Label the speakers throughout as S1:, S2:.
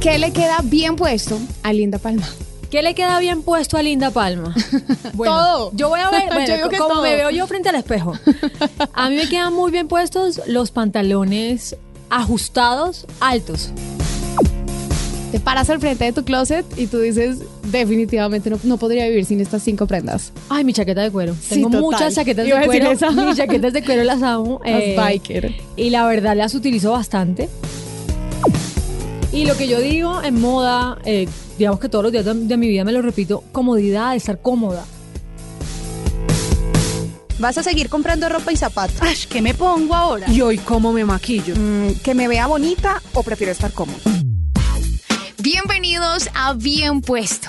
S1: ¿Qué le queda bien puesto a Linda Palma?
S2: ¿Qué le queda bien puesto a Linda Palma? Bueno,
S1: Todo.
S2: Yo voy a ver,
S1: Yo
S2: bueno,
S1: digo que
S2: como
S1: todo.
S2: me veo yo frente al espejo. A mí me quedan muy bien puestos los pantalones ajustados, altos.
S1: Te paras al frente de tu closet y tú dices, definitivamente no, no podría vivir sin estas cinco prendas.
S2: Ay, mi chaqueta de cuero.
S1: Sí,
S2: Tengo
S1: total.
S2: muchas chaquetas
S1: Iba a
S2: de
S1: decir
S2: cuero.
S1: esa.
S2: Mis chaquetas de cuero las amo.
S1: Las
S2: eh,
S1: biker.
S2: Y la verdad las utilizo bastante. Y lo que yo digo en moda, eh, digamos que todos los días de, de mi vida me lo repito, comodidad, estar cómoda.
S3: Vas a seguir comprando ropa y zapatos. Ay, ¿qué me pongo ahora?
S4: Y hoy cómo me maquillo.
S3: Mm, ¿Que me vea bonita o prefiero estar cómodo?
S1: Bienvenidos a Bien Puesto.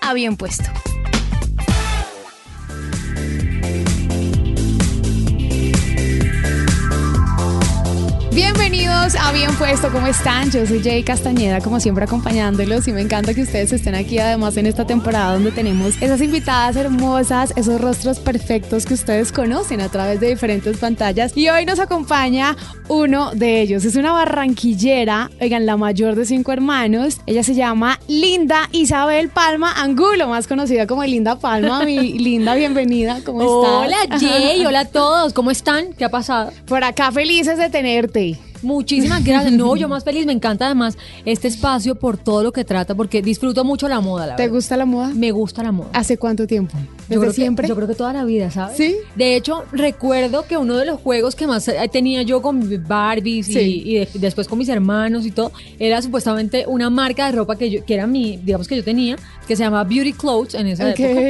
S1: a Bien Puesto. Bienvenidos a Bien Puesto, ¿cómo están? Yo soy Jay Castañeda, como siempre acompañándolos y me encanta que ustedes estén aquí además en esta temporada donde tenemos esas invitadas hermosas, esos rostros perfectos que ustedes conocen a través de diferentes pantallas y hoy nos acompaña uno de ellos, es una barranquillera, oigan, la mayor de cinco hermanos, ella se llama Linda Isabel Palma Angulo, más conocida como Linda Palma, mi linda bienvenida, ¿cómo estás?
S2: Hola Jay, hola a todos, ¿cómo están? ¿Qué ha pasado?
S1: Por acá felices de tenerte.
S2: Muchísimas gracias. No, yo más feliz. Me encanta además este espacio por todo lo que trata, porque disfruto mucho la moda, la
S1: ¿Te
S2: verdad.
S1: gusta la moda?
S2: Me gusta la moda.
S1: ¿Hace cuánto tiempo?
S2: Yo
S1: ¿Desde
S2: creo que-
S1: siempre?
S2: yo creo que toda la vida, ¿sabes?
S1: ¿Sí?
S2: De hecho, recuerdo que uno de los juegos que más eh, tenía yo con Barbies y-
S1: Sí.
S2: y, de- después con mis hermanos y todo, era supuestamente una marca de ropa que yo, que era mi, digamos que yo tenía, que se llamaba Beauty Clothes en esa
S1: Ok.
S2: época.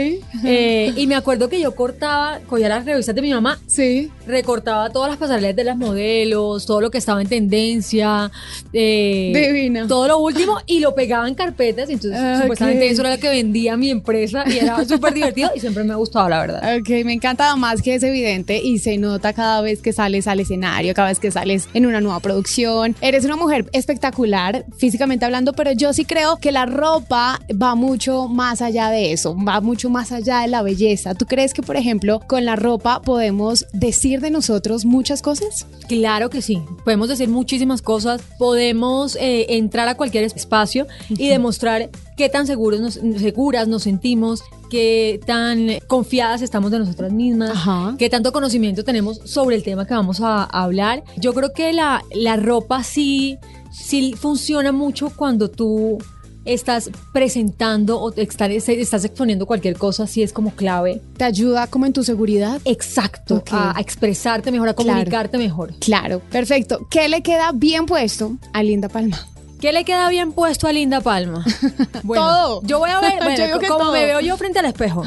S2: Eh, y me acuerdo que yo cortaba, cogía las revistas de mi mamá
S1: Sí.
S2: recortaba todas las pasarelas de las modelos, todo lo que estaba en tendencia, eh,
S1: Divina.
S2: todo lo último, y lo pegaba en carpetas, y entonces
S1: Ah,
S2: supuestamente
S1: ok.
S2: eso era lo que vendía mi empresa y era súper divertido y siempre me ha gustado, la verdad.
S1: Ok, me encanta además que es evidente y se nota cada vez que sales al escenario, cada vez que sales en una nueva producción. Eres una mujer espectacular físicamente hablando, pero yo sí creo que la ropa va mucho más allá de eso, va mucho más allá de la belleza. ¿Tú crees que, por ejemplo, con la ropa podemos decir de nosotros muchas cosas?
S2: Claro que sí, podemos decir muchísimas cosas, podemos eh, entrar a cualquier espacio y demostrar qué tan seguros nos, seguras nos sentimos, qué tan confiadas estamos de nosotras mismas,
S1: Ajá.
S2: qué tanto conocimiento tenemos sobre el tema que vamos a, a hablar. Yo creo que la, la ropa sí, sí funciona mucho cuando tú estás presentando o estás, estás exponiendo cualquier cosa, sí es como clave.
S1: ¿Te ayuda como en tu seguridad?
S2: Exacto,
S1: Ok.
S2: a, a expresarte mejor, a
S1: Claro.
S2: comunicarte mejor.
S1: Claro, perfecto. ¿Qué le queda bien puesto a Linda Palma?
S2: ¿Qué le queda bien puesto a Linda Palma?
S1: Todo.
S2: Yo voy a ver,
S1: Yo
S2: bueno,
S1: digo que
S2: como
S1: todo.
S2: me veo yo frente al espejo.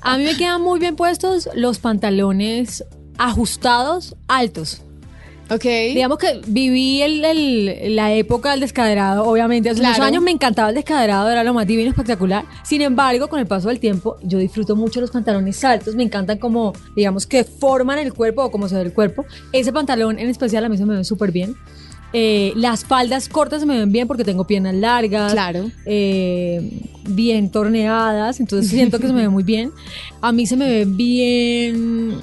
S2: A mí me quedan muy bien puestos los pantalones ajustados, altos.
S1: Ok.
S2: Digamos que viví el- el- la época del descaderado, obviamente. Hace
S1: Claro.
S2: unos años me encantaba el descaderado, era lo más divino, espectacular. Sin embargo, con el paso del tiempo, yo disfruto mucho los pantalones altos. Me encantan como, digamos, que forman el cuerpo o como se ve el cuerpo. Ese pantalón en especial a mí se me ve súper bien. Eh, las faldas cortas se me ven bien porque tengo piernas largas.
S1: Claro.
S2: eh, bien torneadas, entonces siento que se me ve muy bien. A mí se me ve bien.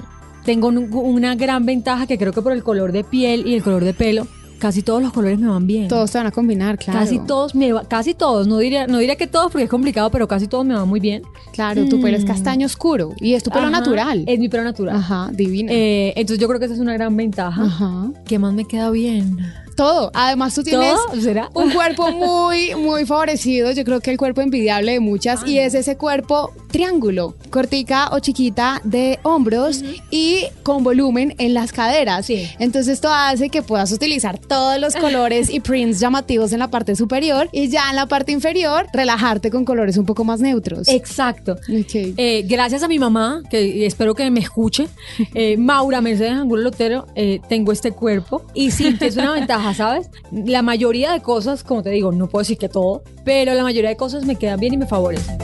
S2: Tengo un- una gran ventaja que creo que por el color de piel y el color de pelo, casi todos los colores me van bien.
S1: Todos te van a combinar, claro.
S2: Casi todos, me va- casi todos, no diría, no diría que todos porque es complicado, pero casi todos me van muy bien.
S1: Claro, tu pelo es
S2: Mm.
S1: castaño oscuro y es tu pelo
S2: Ajá,
S1: natural.
S2: Es mi pelo natural.
S1: Ajá, divino.
S2: Eh, entonces yo creo que esa es una gran ventaja.
S1: Ajá.
S2: ¿Qué más me queda bien?
S1: Todo. Además, tú tienes
S2: ¿Todo? ¿Será?
S1: un cuerpo muy, muy favorecido. Yo creo que el cuerpo envidiable de muchas y es ese cuerpo triángulo, cortica o chiquita de hombros y con volumen en las caderas.
S2: Sí.
S1: Entonces esto hace que puedas utilizar todos los colores y prints llamativos en la parte superior y ya en la parte inferior relajarte con colores un poco más neutros.
S2: Exacto.
S1: Ok.
S2: Eh, gracias a mi mamá, que y espero que me escuche, eh, Maura Mercedes Angulo Lotero, eh, tengo este cuerpo. Y sí, que es una ventaja, ¿sabes? La mayoría de cosas, como te digo, no puedo decir que todo, pero la mayoría de cosas me quedan bien y me favorecen.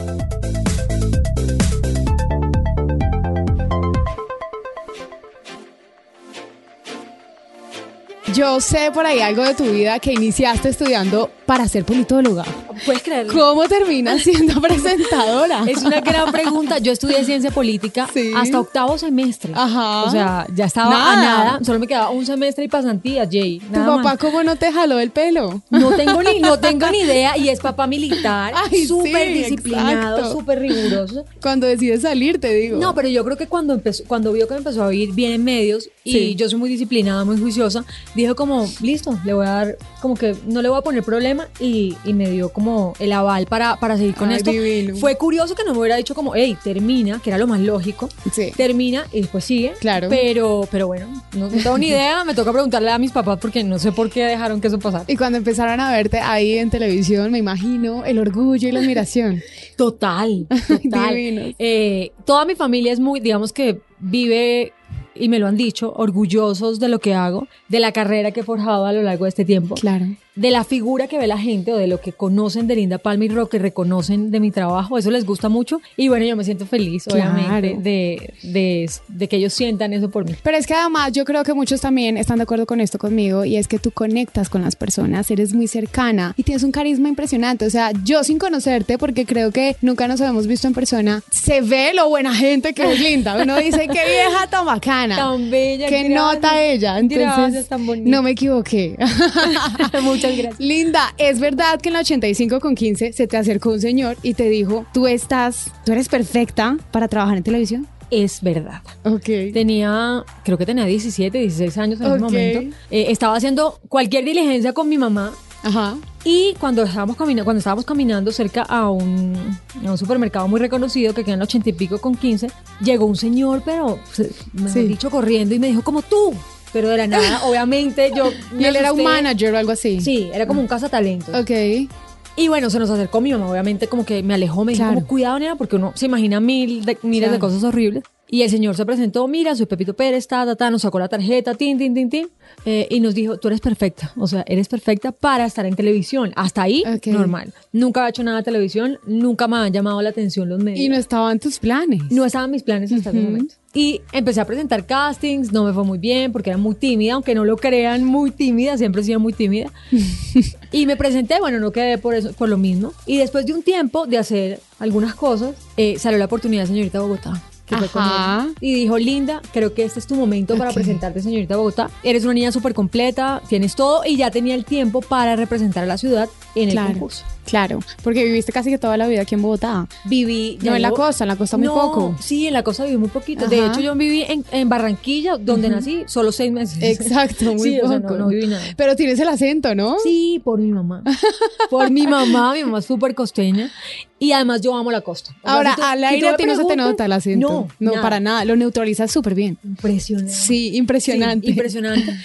S1: Yo sé por ahí algo de tu vida que iniciaste estudiando para ser politóloga.
S2: ¿Puedes creerlo?
S1: ¿Cómo terminas siendo presentadora?
S2: Es una gran pregunta. Yo estudié ciencia política
S1: Sí.
S2: hasta octavo semestre.
S1: Ajá.
S2: O sea, ya estaba a
S1: Nada.
S2: nada. Solo me quedaba un semestre y pasantía, Jay.
S1: ¿Tu
S2: Nada
S1: papá
S2: más.
S1: cómo no te jaló el pelo?
S2: No tengo ni, no tengo ni idea. Y es papá militar,
S1: Ay, sí,
S2: súper disciplinado,
S1: exacto.
S2: súper riguroso.
S1: Cuando decides salir, te digo.
S2: No, pero yo creo que cuando empezó, cuando vio que me empezó a ir bien en medios y
S1: Sí.
S2: yo soy muy disciplinada, muy juiciosa, dijo como, listo, le voy a dar, como que no le voy a poner problema y, y me dio como el aval para, para seguir con
S1: Ay,
S2: esto.
S1: divino.
S2: Fue curioso que no me hubiera dicho como, hey, termina, que era lo más lógico.
S1: Sí.
S2: Termina y después sigue.
S1: Claro.
S2: Pero, pero bueno, no, no tengo ni idea, me toca preguntarle a mis papás porque no sé por qué dejaron que eso pasara.
S1: Y cuando empezaron a verte ahí en televisión, me imagino el orgullo y la admiración.
S2: Total, total.
S1: Divinos.
S2: Eh, toda mi familia es muy, digamos que vive, y me lo han dicho, orgullosos de lo que hago, de la carrera que he forjado a lo largo de este tiempo,
S1: Claro.
S2: de la figura que ve la gente o de lo que conocen de Linda Palma y lo que reconocen de mi trabajo. Eso les gusta mucho. Y bueno, yo me siento feliz,
S1: Claro.
S2: obviamente, de, de, de que ellos sientan eso por mí.
S1: Pero es que además yo creo que muchos también están de acuerdo con esto conmigo y es que tú conectas con las personas, eres muy cercana y tienes un carisma impresionante. O sea, yo sin conocerte, porque creo que nunca nos habíamos visto en persona, se ve lo buena gente que es linda. Uno dice, qué vieja tan bacana.
S2: Tan bella.
S1: Qué
S2: gracias.
S1: nota ella. Entonces,
S2: Gracias, tan bonita.
S1: no me equivoqué.
S2: Muchas gracias.
S1: Linda, es verdad que en la 85 con 15 se te acercó un señor y te dijo, tú estás, tú eres perfecta para trabajar en televisión.
S2: Es verdad.
S1: Ok.
S2: Tenía, creo que tenía 17, 16 años en ese
S1: Ok.
S2: momento. Eh, estaba haciendo cualquier diligencia con mi mamá
S1: Ajá.
S2: y cuando estábamos, camina- cuando estábamos caminando cerca a un, a un supermercado muy reconocido que queda en el 80 y pico con 15, llegó un señor, pero se- mejor
S1: Sí.
S2: dicho, corriendo y me dijo, como tú. Pero de la nada, obviamente yo.
S1: Y
S2: me
S1: él era
S2: asusté.
S1: un manager o algo así.
S2: Sí, era como un cazatalentos.
S1: Ok.
S2: Y bueno, se nos acercó mi mamá, obviamente como que me alejó, me dijo
S1: Claro.
S2: como cuidado, nena, porque uno se imagina mil de- miles de
S1: Claro.
S2: cosas horribles. Y el señor se presentó, mira, soy Pepito Pérez, ta, ta, ta, nos sacó la tarjeta, tin, tin, tin, tin, eh, y nos dijo, tú eres perfecta, o sea, eres perfecta para estar en televisión. Hasta ahí,
S1: Ok.
S2: normal. Nunca había hecho nada de televisión, nunca me han llamado la atención los medios.
S1: Y no estaban tus planes.
S2: No estaban mis planes hasta ese
S1: Ujú.
S2: momento. Y empecé a presentar castings, no me fue muy bien porque era muy tímida, aunque no lo crean, muy tímida, siempre he sido muy tímida. y me presenté, bueno, no quedé por, eso, por lo mismo. Y después de un tiempo de hacer algunas cosas, eh, salió la oportunidad de Señorita Bogotá. que fue con
S1: Ajá.
S2: ella. y dijo, Linda, creo que este es tu momento para
S1: Ok.
S2: presentarte, señorita Bogotá. Eres una niña súper completa, tienes todo y ya tenía el tiempo para representar a la ciudad en el
S1: Claro.
S2: concurso.
S1: Claro, porque viviste casi que toda la vida aquí en Bogotá.
S2: Viví...
S1: No en la
S2: llevo-
S1: costa, en la costa muy
S2: no,
S1: poco.
S2: Sí, en la costa viví muy poquito. De
S1: Ajá.
S2: hecho, yo viví en, en Barranquilla, donde nací, solo seis meses.
S1: Exacto, muy
S2: Sí, o
S1: poco.
S2: sea, no- no viví nada.
S1: Pero tienes el acento, ¿no?
S2: Sí, por mi mamá. Por mi mamá, mi mamá es súper costeña. Y además yo amo la costa. O sea,
S1: Ahora,
S2: si tú-
S1: al
S2: si tú
S1: aire
S2: me
S1: a ti no se te
S2: preguntas-
S1: nota el acento.
S2: No,
S1: no
S2: nada.
S1: para nada. Lo neutralizas súper bien.
S2: Impresionante.
S1: Sí, impresionante.
S2: Sí, impresionante.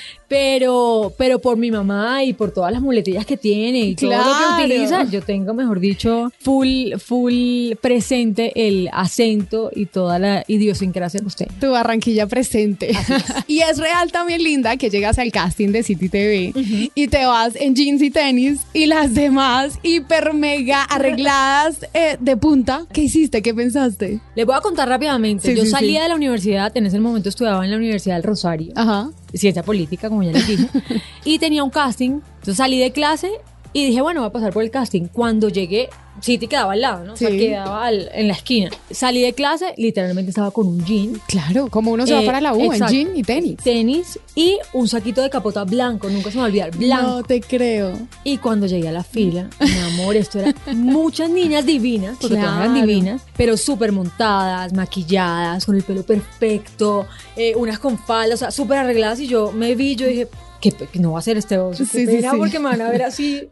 S2: Pero, pero por mi mamá y por todas las muletillas que tiene y todo lo que
S1: Claro.
S2: utiliza, yo tengo, mejor dicho, full, full presente el acento y toda la idiosincrasia costeña.
S1: Tu Barranquilla presente. y es real también, Linda, que llegas al casting de City TV y te vas en jeans y tenis y las demás hiper mega arregladas eh, de punta. ¿Qué hiciste? ¿Qué pensaste?
S2: Les voy a contar rápidamente.
S1: Sí,
S2: yo
S1: sí,
S2: salía
S1: sí. Ah.
S2: de la universidad, en ese momento estudiaba en la Universidad del Rosario,
S1: Ajá.
S2: ciencia política, como ya les dije, y tenía un casting. Entonces salí de clase y dije, bueno, voy a pasar por el casting. Cuando llegué, City quedaba al lado, ¿no? O sea,
S1: Sí.
S2: quedaba al- en la esquina. Salí de clase, literalmente estaba con un jean.
S1: Claro, como uno se va
S2: eh,
S1: para la U
S2: exacto,
S1: en jean y tenis.
S2: Tenis y un saquito de capota blanco, nunca se me va a olvidar, blanco.
S1: No te creo.
S2: Y cuando llegué a la fila, mi amor, esto era muchas niñas divinas, porque todas eran
S1: Claro.
S2: divinas, pero súper montadas, maquilladas, con el pelo perfecto, eh, unas con falda, o sea, súper arregladas. Y yo me vi, yo dije, que que no va a ser este oso.
S1: Sí, sí,
S2: Sí, sí,
S1: sí.
S2: porque me van a ver así.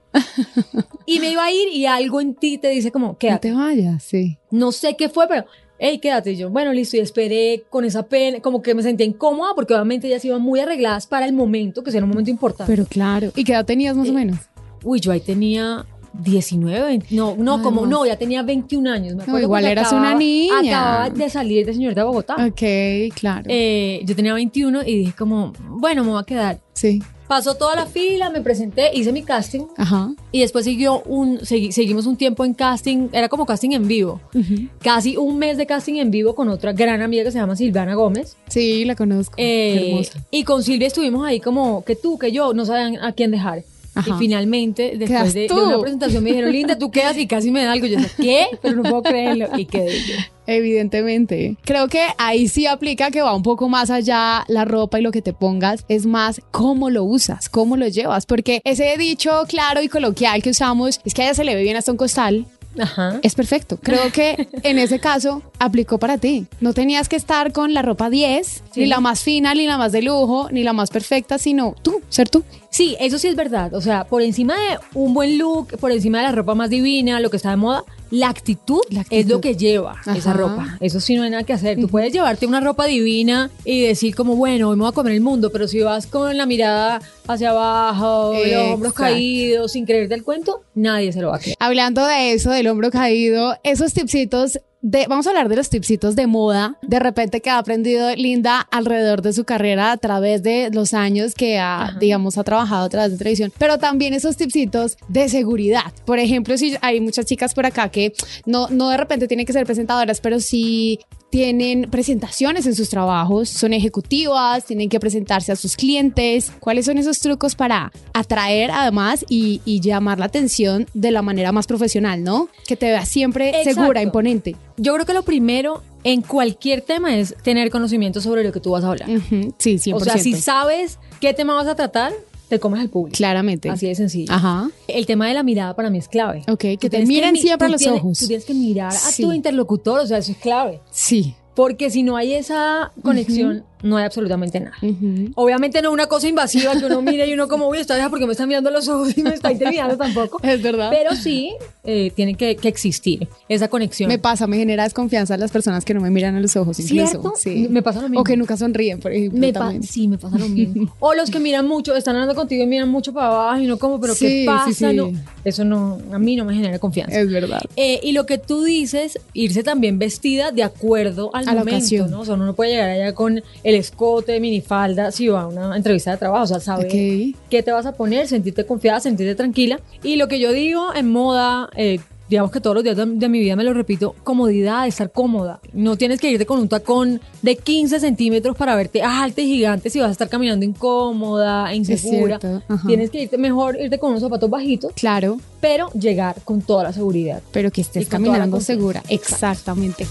S2: y me iba a ir y algo en ti te dice como,
S1: No
S2: quédate.
S1: te vayas, sí.
S2: No sé qué fue, pero, hey, quédate. Y yo, bueno, listo. Y esperé con esa pena, como que me sentía incómoda porque obviamente ellas iban muy arregladas para el momento, que era un momento importante.
S1: Pero claro. ¿Y qué edad tenías más o
S2: Eh,
S1: menos?
S2: Uy, yo ahí tenía 19, 20, no, no,
S1: Ay,
S2: como,
S1: más.
S2: no, ya tenía 21 años. Me acuerdo
S1: igual
S2: porque
S1: eras
S2: acababa-
S1: una niña.
S2: Acababa de salir de Señor de Bogotá.
S1: Ok, claro.
S2: ah. Eh, yo tenía 21 y dije como, bueno, me voy a quedar.
S1: sí.
S2: Pasó toda la fila, me presenté, hice mi casting
S1: Ajá.
S2: y después siguió un, segui- seguimos un tiempo en casting, era como casting en vivo. Casi un mes de casting en vivo con otra gran amiga que se llama Silvana Gómez.
S1: Sí, la conozco.
S2: Eh,
S1: Qué hermosa.
S2: y con Silvia estuvimos ahí como que tú, que yo, no sabían a quién dejar.
S1: Ajá.
S2: Y finalmente,
S1: Quedas
S2: después de, de
S1: tú.
S2: una presentación, me dijeron, Linda, tú quedas y casi me da algo. Yo dije, ¿qué? Pero no puedo creerlo. Y quedé yo.
S1: Evidentemente. Creo que ahí sí aplica que va un poco más allá la ropa y lo que te pongas. Es más cómo lo usas, cómo lo llevas. Porque ese dicho claro y coloquial que usamos es que a ella se le ve bien hasta un costal.
S2: Ajá.
S1: Es perfecto. Creo que en ese caso aplicó para ti. No tenías que estar con la ropa 10, ni
S2: Sí.
S1: la más fina, ni la más de lujo, ni la más perfecta, sino tú, ser tú.
S2: Sí, eso sí es verdad. O sea, por encima de un buen look, por encima de la ropa más divina, lo que está de moda, la actitud,
S1: La actitud.
S2: es lo que lleva
S1: Ajá.
S2: esa ropa. Eso sí no hay nada que hacer. Tú puedes llevarte una ropa divina y decir como, bueno, hoy me voy a comer el mundo, pero si vas con la mirada hacia abajo, los hombros
S1: Exacto.
S2: caídos, sin creerte el cuento, nadie se lo va a creer.
S1: Hablando de eso, del hombro caído, esos tipsitos de, vamos a hablar de los tipsitos de moda, de repente que ha aprendido Linda alrededor de su carrera a través de los años que ha, digamos, ha trabajado a través de televisión, pero también esos tipsitos de seguridad. Por ejemplo, si hay muchas chicas por acá que no, no de repente tienen que ser presentadoras, pero sí tienen presentaciones en sus trabajos, son ejecutivas, tienen que presentarse a sus clientes. ¿Cuáles son esos trucos para atraer además y, y llamar la atención de la manera más profesional, ¿no? Que te veas siempre
S2: Exacto.
S1: segura, imponente.
S2: Yo creo que lo primero en cualquier tema es tener conocimiento sobre lo que tú vas a hablar.
S1: Ujú, Sí, 100%.
S2: O sea, si sabes qué tema vas a tratar, te comes al público.
S1: Claramente.
S2: Así de sencillo.
S1: Ajá.
S2: El tema de la mirada para mí es clave.
S1: Ok, que
S2: Tú
S1: te
S2: tienes
S1: miren
S2: mi-
S1: siempre a
S2: tú
S1: los
S2: tienes-
S1: ojos.
S2: Tú tienes que mirar
S1: Sí.
S2: a tu interlocutor, o sea, eso es clave.
S1: Sí.
S2: Porque si no hay esa conexión, no hay absolutamente nada.
S1: Ujú.
S2: Obviamente no una cosa invasiva que uno mire y uno como, uy, esta vieja porque me está mirando a los ojos y me está intimidando tampoco.
S1: Es verdad.
S2: Pero sí, eh, tiene que, que existir esa conexión.
S1: me pasa, me genera desconfianza las personas que no me miran a los ojos, incluso.
S2: ¿Cierto?
S1: Sí.
S2: Me pasa lo mismo.
S1: O que nunca sonríen, por ejemplo.
S2: Me pa-
S1: también.
S2: sí, me pasa lo mismo. O los que miran mucho, están hablando contigo y miran mucho para abajo y no como, pero
S1: Sí, sí,
S2: ¿qué pasa?
S1: sí.
S2: No, eso no, a mí no me genera confianza.
S1: Es verdad.
S2: Eh, y lo que tú dices, irse también vestida de acuerdo al
S1: A la
S2: momento,
S1: ocasión.
S2: ¿no? O sea, uno no puede llegar allá con el escote, minifalda, si va a una entrevista de trabajo, o sea, saber
S1: Ok.
S2: qué te vas a poner, sentirte confiada, sentirte tranquila. Y lo que yo digo en moda, eh, digamos que todos los días de, de mi vida me lo repito, comodidad, estar cómoda. No tienes que irte con un tacón de 15 centímetros para verte alta y gigante si vas a estar caminando incómoda, e insegura.
S1: cierto, ajá.
S2: Tienes que irte mejor, irte con unos zapatos bajitos,
S1: Claro.
S2: pero llegar con toda la seguridad.
S1: pero que estés
S2: Y con toda la
S1: caminando
S2: confianza.
S1: segura.
S2: Exacto.
S1: Exactamente.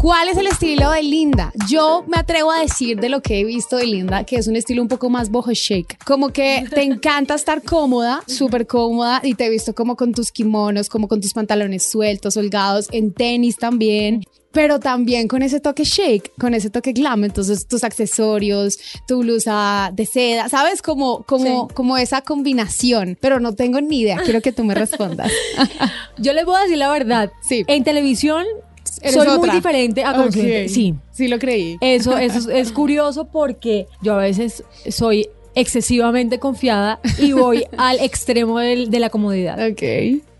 S1: ¿Cuál es el estilo de Linda? Yo me atrevo a decir de lo que he visto de Linda que es un estilo un poco más boho chic. Como que te encanta estar cómoda, súper cómoda, y te he visto como con tus kimonos, como con tus pantalones sueltos, holgados, en tenis también, pero también con ese toque chic, con ese toque glam. Entonces, tus accesorios, tu blusa de seda, ¿sabes? Como, como, como esa combinación. Pero no tengo ni idea. Quiero que tú me respondas.
S2: Yo les voy a decir la verdad.
S1: Sí.
S2: En televisión
S1: Eres
S2: soy muy
S1: otra.
S2: diferente a consciente.
S1: Ok.
S2: Sí. Eh,
S1: Sí, lo creí.
S2: Eso, eso es, es curioso porque yo a veces soy excesivamente confiada y voy al extremo del- de la comodidad.
S1: Ok.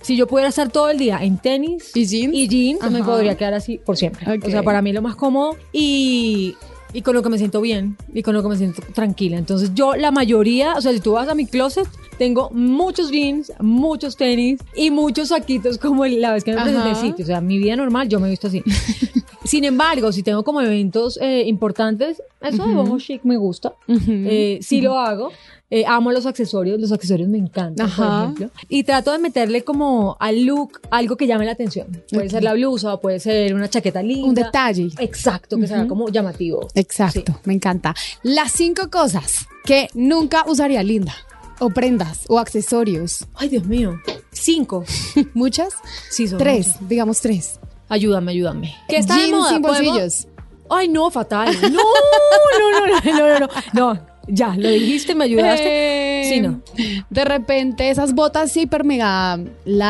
S2: Si yo pudiera estar todo el día en tenis
S1: ¿Y jeans?
S2: y jeans, me
S1: Ajá.
S2: podría quedar así por siempre.
S1: Ok.
S2: O sea, para mí lo más cómodo y, y con lo que me siento bien y con lo que me siento tranquila. Entonces yo la mayoría, o sea, si tú vas a mi closet, tengo muchos jeans, muchos tenis y muchos saquitos como el- la vez que me presenté
S1: Ajá.
S2: sí, O sea, mi vida normal yo me he visto así. Sin embargo, si tengo como eventos eh, importantes, eso de boho chic me gusta. Eh, sí lo hago. Eh, amo los accesorios, los accesorios me encantan,
S1: Ajá.
S2: por ejemplo. Y trato de meterle como al look algo que llame la atención. Puede
S1: Ok.
S2: ser la blusa, puede ser una chaqueta linda.
S1: Un detalle.
S2: Exacto, que sea como llamativo.
S1: Exacto, me encanta. Las cinco cosas que nunca usaría Linda. O prendas o accesorios.
S2: Ay, Dios mío. Cinco.
S1: ¿Muchas?
S2: Sí, son
S1: tres,
S2: muchas.
S1: digamos tres.
S2: Ayúdame, ayúdame.
S1: Jeans sin
S2: ¿Podemos-
S1: bolsillos.
S2: Ay, no, fatal. No, no, no, no, no, no, no. No, ya, lo dijiste, me ayudaste.
S1: Eh,
S2: Sí, no.
S1: De repente esas botas hiper mega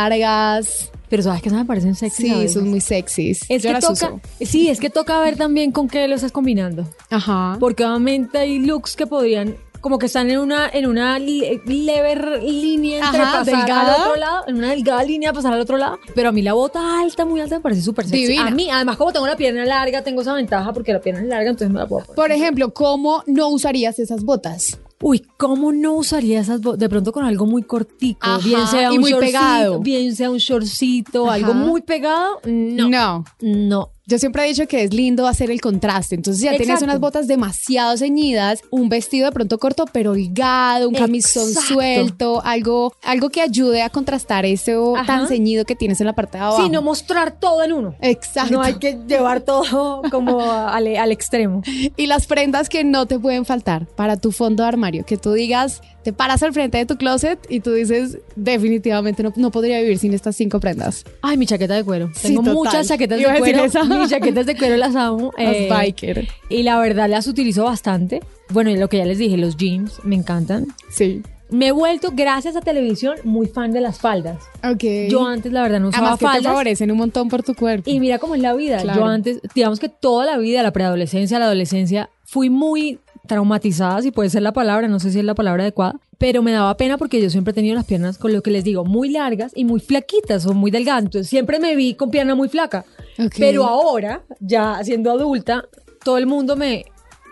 S1: largas.
S2: Pero sabes que esas me parecen sexy. a
S1: Sí,
S2: veces.
S1: son muy sexys.
S2: es
S1: Yo
S2: que
S1: las
S2: toca,
S1: uso.
S2: sí, es que toca ver también con qué lo estás combinando.
S1: Ajá.
S2: Porque obviamente hay looks que podrían, como que están en una, en una le- leve r- línea entre
S1: Ajá,
S2: pasar
S1: delgada.
S2: al otro lado, en una delgada línea pasar al otro lado. Pero a mí la bota alta, muy alta, me parece súper sexy.
S1: Divina.
S2: A mí, además, como tengo la pierna larga, tengo esa ventaja porque la pierna es larga, entonces me la puedo poner.
S1: Por ejemplo, ¿cómo no usarías esas botas?
S2: Uy, ¿cómo no usaría esas botas? De pronto con algo muy cortico,
S1: Ajá,
S2: bien sea
S1: y
S2: un
S1: muy
S2: shortcito,
S1: pegado.
S2: bien sea un shortcito,
S1: Ajá.
S2: algo muy pegado, no. No.
S1: Yo siempre he dicho que es lindo hacer el contraste. Entonces, si ya tienes
S2: Exacto.
S1: unas botas demasiado ceñidas, un vestido de pronto corto pero holgado, un camisón
S2: Exacto.
S1: suelto, algo, algo que ayude a contrastar eso
S2: Ajá.
S1: tan ceñido que tienes en la parte de abajo.
S2: Sí, no mostrar todo en uno.
S1: Exacto.
S2: No hay que llevar todo como a- al, al extremo.
S1: Y las prendas que no te pueden faltar para tu fondo de armario, que tú digas, te paras al frente de tu closet y tú dices, definitivamente no, no podría vivir sin estas cinco prendas.
S2: Ay, mi chaqueta de cuero.
S1: Sí,
S2: Tengo
S1: total.
S2: muchas chaquetas
S1: Iba a
S2: de
S1: decir
S2: cuero.
S1: eso.
S2: Mis chaquetas de cuero las amo.
S1: Las
S2: eh,
S1: biker.
S2: y la verdad las utilizo bastante. Bueno, y lo que ya les dije, los jeans me encantan.
S1: Sí.
S2: Me he vuelto, gracias a televisión, muy fan de las faldas.
S1: Ok.
S2: Yo antes, la verdad, no usaba
S1: Además que te
S2: faldas.
S1: favorecen un montón por tu cuerpo.
S2: Y mira cómo es la vida.
S1: Claro.
S2: Yo antes, digamos que toda la vida, la preadolescencia, la adolescencia, fui muy traumatizada, si puede ser la palabra, no sé si es la palabra adecuada, pero me daba pena porque yo siempre he tenido las piernas, con lo que les digo, muy largas y muy flaquitas o muy delgadas. Entonces siempre me vi con pierna muy flaca.
S1: Ok.
S2: Pero ahora, ya siendo adulta, todo el mundo me,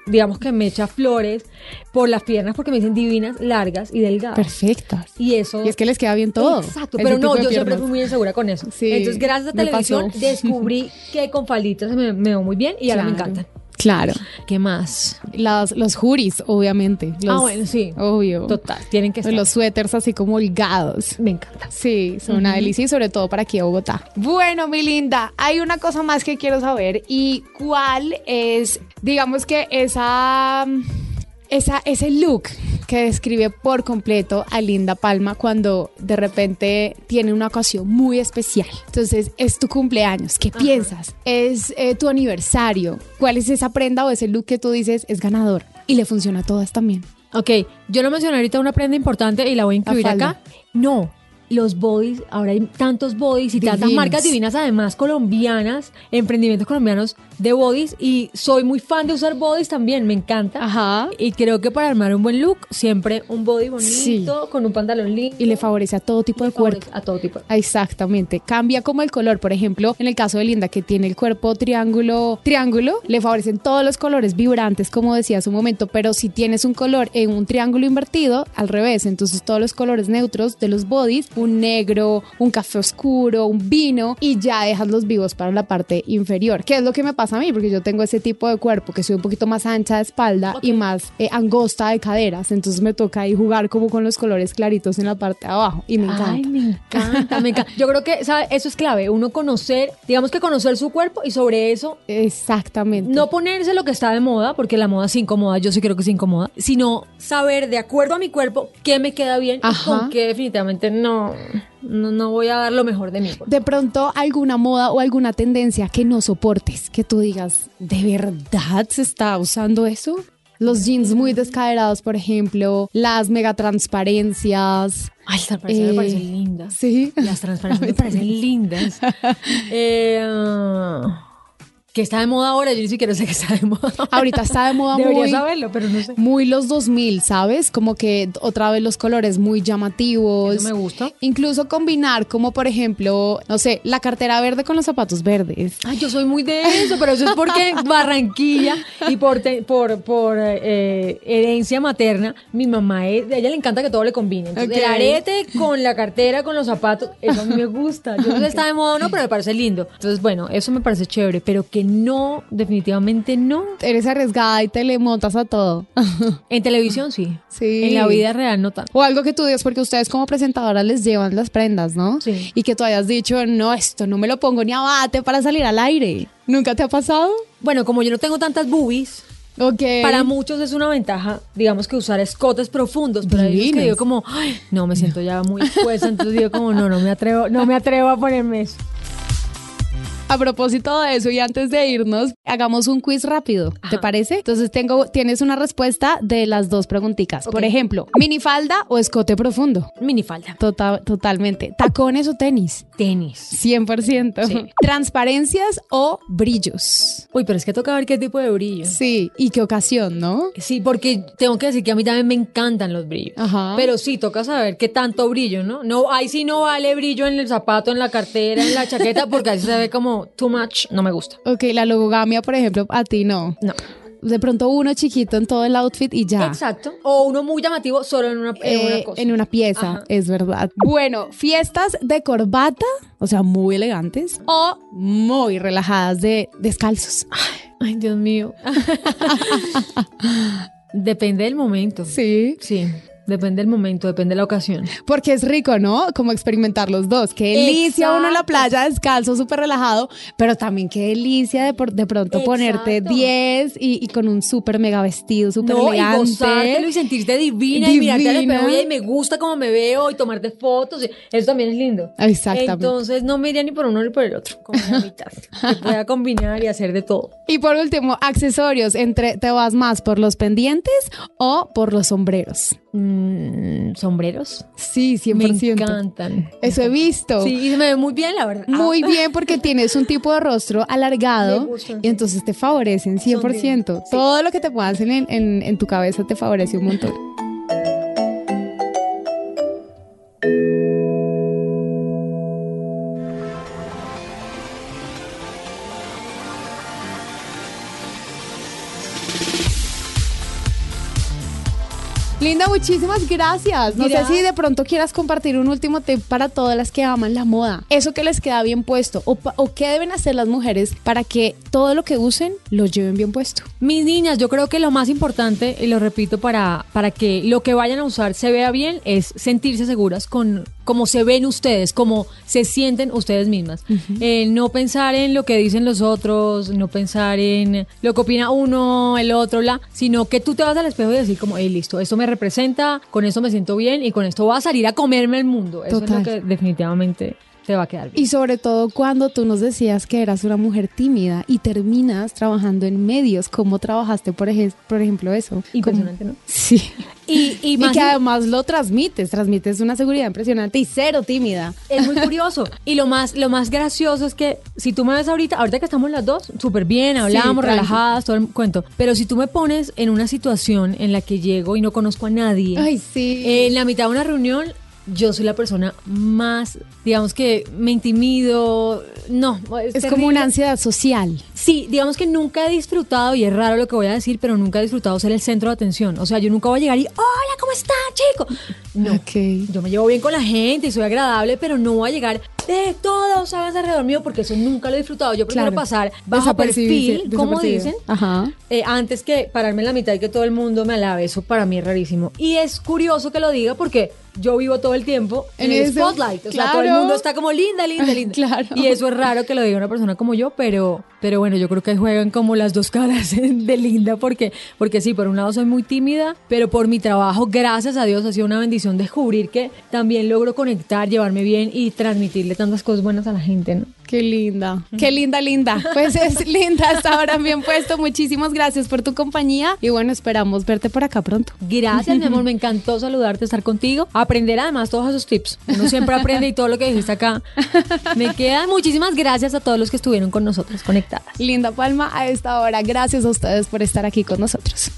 S2: digamos que me echa flores por las piernas porque me dicen divinas, largas y delgadas.
S1: Perfectas.
S2: Y eso
S1: Y es que les queda bien todo.
S2: Exacto,
S1: ese
S2: pero no,
S1: tipo de
S2: yo siempre
S1: piernas.
S2: fui muy insegura con eso.
S1: Sí,
S2: Entonces, gracias a
S1: me
S2: televisión,
S1: pasó.
S2: descubrí que con falditas me, me veo muy bien y ahora me
S1: Claro.
S2: encantan.
S1: Claro.
S2: ¿Qué más?
S1: Las, los juris, obviamente. Los-
S2: ah, bueno, sí.
S1: Obvio.
S2: Total, tienen que estar.
S1: Los suéteres así como holgados.
S2: Me encanta.
S1: Sí, son una delicia y sobre todo para aquí a Bogotá. Bueno, mi linda, hay una cosa más que quiero saber y cuál es, digamos que esa, esa, ese look que describe por completo a Linda Palma cuando de repente tiene una ocasión muy especial. Entonces, es tu cumpleaños, ¿qué piensas? Es eh, tu aniversario, ¿cuál es esa prenda o ese look que tú dices es ganador? Y le funciona a todas también.
S2: Ok, yo lo mencioné ahorita una prenda importante y la voy a incluir
S1: falda.
S2: acá. No, los bodies, ahora hay tantos bodies y tantas
S1: Divinos.
S2: marcas divinas, además colombianas, emprendimientos colombianos de bodies y soy muy fan de usar bodies también, me encanta.
S1: Ajá.
S2: Y creo que para armar un buen look, siempre un body bonito,
S1: Sí.
S2: con un pantalón lindo.
S1: Y le favorece a todo tipo de cuerpo.
S2: A todo tipo.
S1: Ah, Exactamente, cambia como el color, por ejemplo, en el caso de Linda que tiene el cuerpo triángulo, triángulo, le favorecen todos los colores vibrantes como decía hace un momento, pero si tienes un color en un triángulo invertido, al revés, entonces todos los colores neutros de los bodies, un negro, un café oscuro, un vino y ya dejas los vivos para la parte inferior, que es lo que me pasa a mí porque yo tengo ese tipo de cuerpo que soy un poquito más ancha de espalda y más eh, angosta de caderas, entonces me toca ahí jugar como con los colores claritos en la parte de abajo y me encanta.
S2: Ay, me encanta, me encanta. Yo creo que ¿sabe? eso es clave, uno conocer, digamos que conocer su cuerpo y sobre eso
S1: Exactamente.
S2: no ponerse lo que está de moda, porque la moda se incomoda, yo sí creo que se incomoda, sino saber de acuerdo a mi cuerpo qué me queda bien
S1: Ajá.
S2: y con qué definitivamente no, no, no voy a dar lo mejor de mí.
S1: de pronto alguna moda o alguna tendencia que no soportes, que tú digas, ¿de verdad se está usando eso? Los jeans
S2: Mm.
S1: muy descaderados, por ejemplo, las mega transparencias.
S2: Ay, las
S1: transparencias me parecen
S2: lindas.
S1: Sí.
S2: Eh, Las transparencias me parecen lindas. Eh, que está de moda ahora, yo ni siquiera sé que está de moda. ahora.
S1: Ahorita está de moda
S2: Debería
S1: muy,
S2: saberlo, pero no sé.
S1: muy los 2000, ¿sabes? Como que otra vez los colores muy llamativos.
S2: Eso me gusta.
S1: Incluso combinar como, por ejemplo, no sé, la cartera verde con los zapatos verdes.
S2: Ay, yo soy muy de eso, pero eso es porque en Barranquilla y por, te- por, por eh, herencia materna, mi mamá, es- a ella le encanta que todo le combine. Entonces,
S1: Ok.
S2: El arete con la cartera, con los zapatos, eso a mí me gusta. Yo no sé si está de moda o no, pero me parece lindo. Entonces, bueno, eso me parece chévere, pero que no, definitivamente no.
S1: Eres arriesgada y te le montas a todo.
S2: En televisión sí.
S1: Sí.
S2: En la vida real no tanto.
S1: O algo que tú digas, porque ustedes como presentadoras les llevan las prendas, ¿no?
S2: Sí.
S1: Y que tú hayas dicho, no, esto no me lo pongo ni abate para salir al aire. ¿Nunca te ha pasado?
S2: Bueno, como yo no tengo tantas boobies,
S1: Ok.
S2: Para muchos es una ventaja, digamos que usar escotes profundos, pero hay otros que
S1: Divinos.
S2: digo como, "Ay, no, me siento ya muy expuesta, entonces digo como, no, no me atrevo, no me atrevo a ponerme eso.
S1: A propósito de eso y antes de irnos, hagamos un quiz rápido, ¿te
S2: Ajá.
S1: parece? Entonces tengo, tienes una respuesta de las dos preguntitas. Por
S2: Ok.
S1: ejemplo, minifalda o escote profundo.
S2: Minifalda.
S1: Tota- totalmente. Tacones o tenis.
S2: Tenis.
S1: 100%.
S2: Sí.
S1: Transparencias o brillos.
S2: Uy, pero es que toca ver qué tipo de brillo.
S1: Sí, y qué ocasión, ¿no?
S2: Sí, porque tengo que decir que a mí también me encantan los brillos.
S1: Ajá.
S2: Pero sí, toca saber qué tanto brillo, ¿no? No, ahí sí no vale brillo en el zapato, en la cartera, en la chaqueta, porque ahí se ve como too much, no me gusta.
S1: Ok, la logogamia, por ejemplo, a ti no.
S2: No.
S1: De pronto uno chiquito en todo el outfit y ya.
S2: Exacto. O uno muy llamativo solo en una, en
S1: Ah. Eh,
S2: una cosa.
S1: en una pieza,
S2: Ajá.
S1: es verdad. Bueno, fiestas de corbata, o sea, muy elegantes o muy relajadas de descalzos.
S2: Ay, Dios mío. depende del momento.
S1: Sí,
S2: Sí, depende del momento, depende de la ocasión.
S1: porque es rico, ¿no? Como experimentar los dos. Qué delicia uno en la playa descalzo, súper relajado, pero también qué delicia de, por- de pronto
S2: Exacto.
S1: ponerte 10 y, y con un súper mega vestido, súper
S2: No, y gozártelo y
S1: elegante.
S2: sentirte divina, y mirarte al
S1: Divina.
S2: espejo y "Ay, me gusta cómo me veo y tomarte fotos. y- Eso también es lindo.
S1: Exactamente.
S2: Entonces no me iría ni por uno ni por el otro, como la mitad. que pueda combinar y hacer de todo.
S1: Y por último, accesorios. Entre, ¿Te vas más por los pendientes o por los sombreros?
S2: Mm, sombreros.
S1: Sí, 100%.
S2: Me encantan.
S1: Eso he visto.
S2: Sí, y se me ve Oh. muy bien, la verdad. Ah,
S1: Muy bien porque tienes un tipo de rostro alargado
S2: Me gustan,
S1: y entonces te favorecen 100%. Todo lo que te puedas en, el- en- en tu cabeza te favorece un montón. Linda, muchísimas gracias. No
S2: Gracias.
S1: sé si de pronto quieras compartir un último tip para todas las que aman la moda. Eso que les queda bien puesto o, pa- o qué deben hacer las mujeres para que todo lo que usen lo lleven bien puesto.
S2: Mis niñas, yo creo que lo más importante, y lo repito, para, para que lo que vayan a usar se vea bien, es sentirse seguras con cómo se ven ustedes, cómo se sienten ustedes mismas. Eh, no pensar en lo que dicen los otros, no pensar en lo que opina uno, el otro, bla, sino que tú te vas al espejo y decir como, hey, listo, esto me representa, con esto me siento bien y con esto voy a salir a comerme el mundo. Eso
S1: Total.
S2: es lo que definitivamente te va a quedar bien.
S1: Y sobre todo cuando tú nos decías que eras una mujer tímida y terminas trabajando en medios, ¿cómo trabajaste, por, ej- por ejemplo, eso? ¿Cómo?
S2: Impresionante, ¿no?
S1: Sí.
S2: Y, y
S1: Y,
S2: más
S1: que además lo transmites, transmites una seguridad impresionante y cero tímida.
S2: Es muy curioso. Y lo más, lo más gracioso es que si tú me ves ahorita, ahorita que estamos las dos, súper bien, hablamos,
S1: tranqui.
S2: relajadas, todo el cuento. Pero si tú me pones en una situación en la que llego y no conozco a nadie,
S1: Ay, sí.
S2: en la mitad de una reunión, yo soy la persona más, digamos que me intimido. No, es,
S1: es
S2: terrible.
S1: como una ansiedad social.
S2: Sí, digamos que nunca he disfrutado, y es raro lo que voy a decir, pero nunca he disfrutado ser el centro de atención. O sea, yo nunca voy a llegar y, hola, ¿cómo está, chico? No,
S1: Ok.
S2: yo me llevo bien con la gente y soy agradable, pero no voy a llegar de todos hagas alrededor mío porque eso nunca lo he disfrutado. Yo prefiero
S1: Claro.
S2: pasar bajo
S1: Desapercibido,
S2: perfil, como
S1: desapercibido.
S2: dicen,
S1: Ajá.
S2: eh, antes que pararme en la mitad y que todo el mundo me alabe. Eso para mí es rarísimo. Y es curioso que lo diga porque yo vivo todo el tiempo en,
S1: En
S2: el
S1: eso,
S2: spotlight. O sea, todo el
S1: claro.
S2: mundo está como linda, linda, linda.
S1: Claro.
S2: Y eso es raro que lo diga una persona como yo, pero, pero bueno, yo creo que juegan como las dos caras de linda porque, porque sí, por un lado soy muy tímida, pero por mi trabajo, gracias a Dios, ha sido una bendición descubrir que también logro conectar, llevarme bien y transmitirle tantas cosas buenas a la gente, ¿no?
S1: Qué linda, qué linda, linda. Pues es linda, hasta ahora bien puesto. Muchísimas gracias por tu compañía y bueno, esperamos verte por acá pronto.
S2: Gracias, mi amor, me encantó saludarte, estar contigo, aprender además todos esos tips. Uno siempre aprende y todo lo que dijiste acá me queda. Muchísimas gracias a todos los que estuvieron con nosotros conectadas.
S1: Linda Palma, a esta hora, gracias a ustedes por estar aquí con nosotros.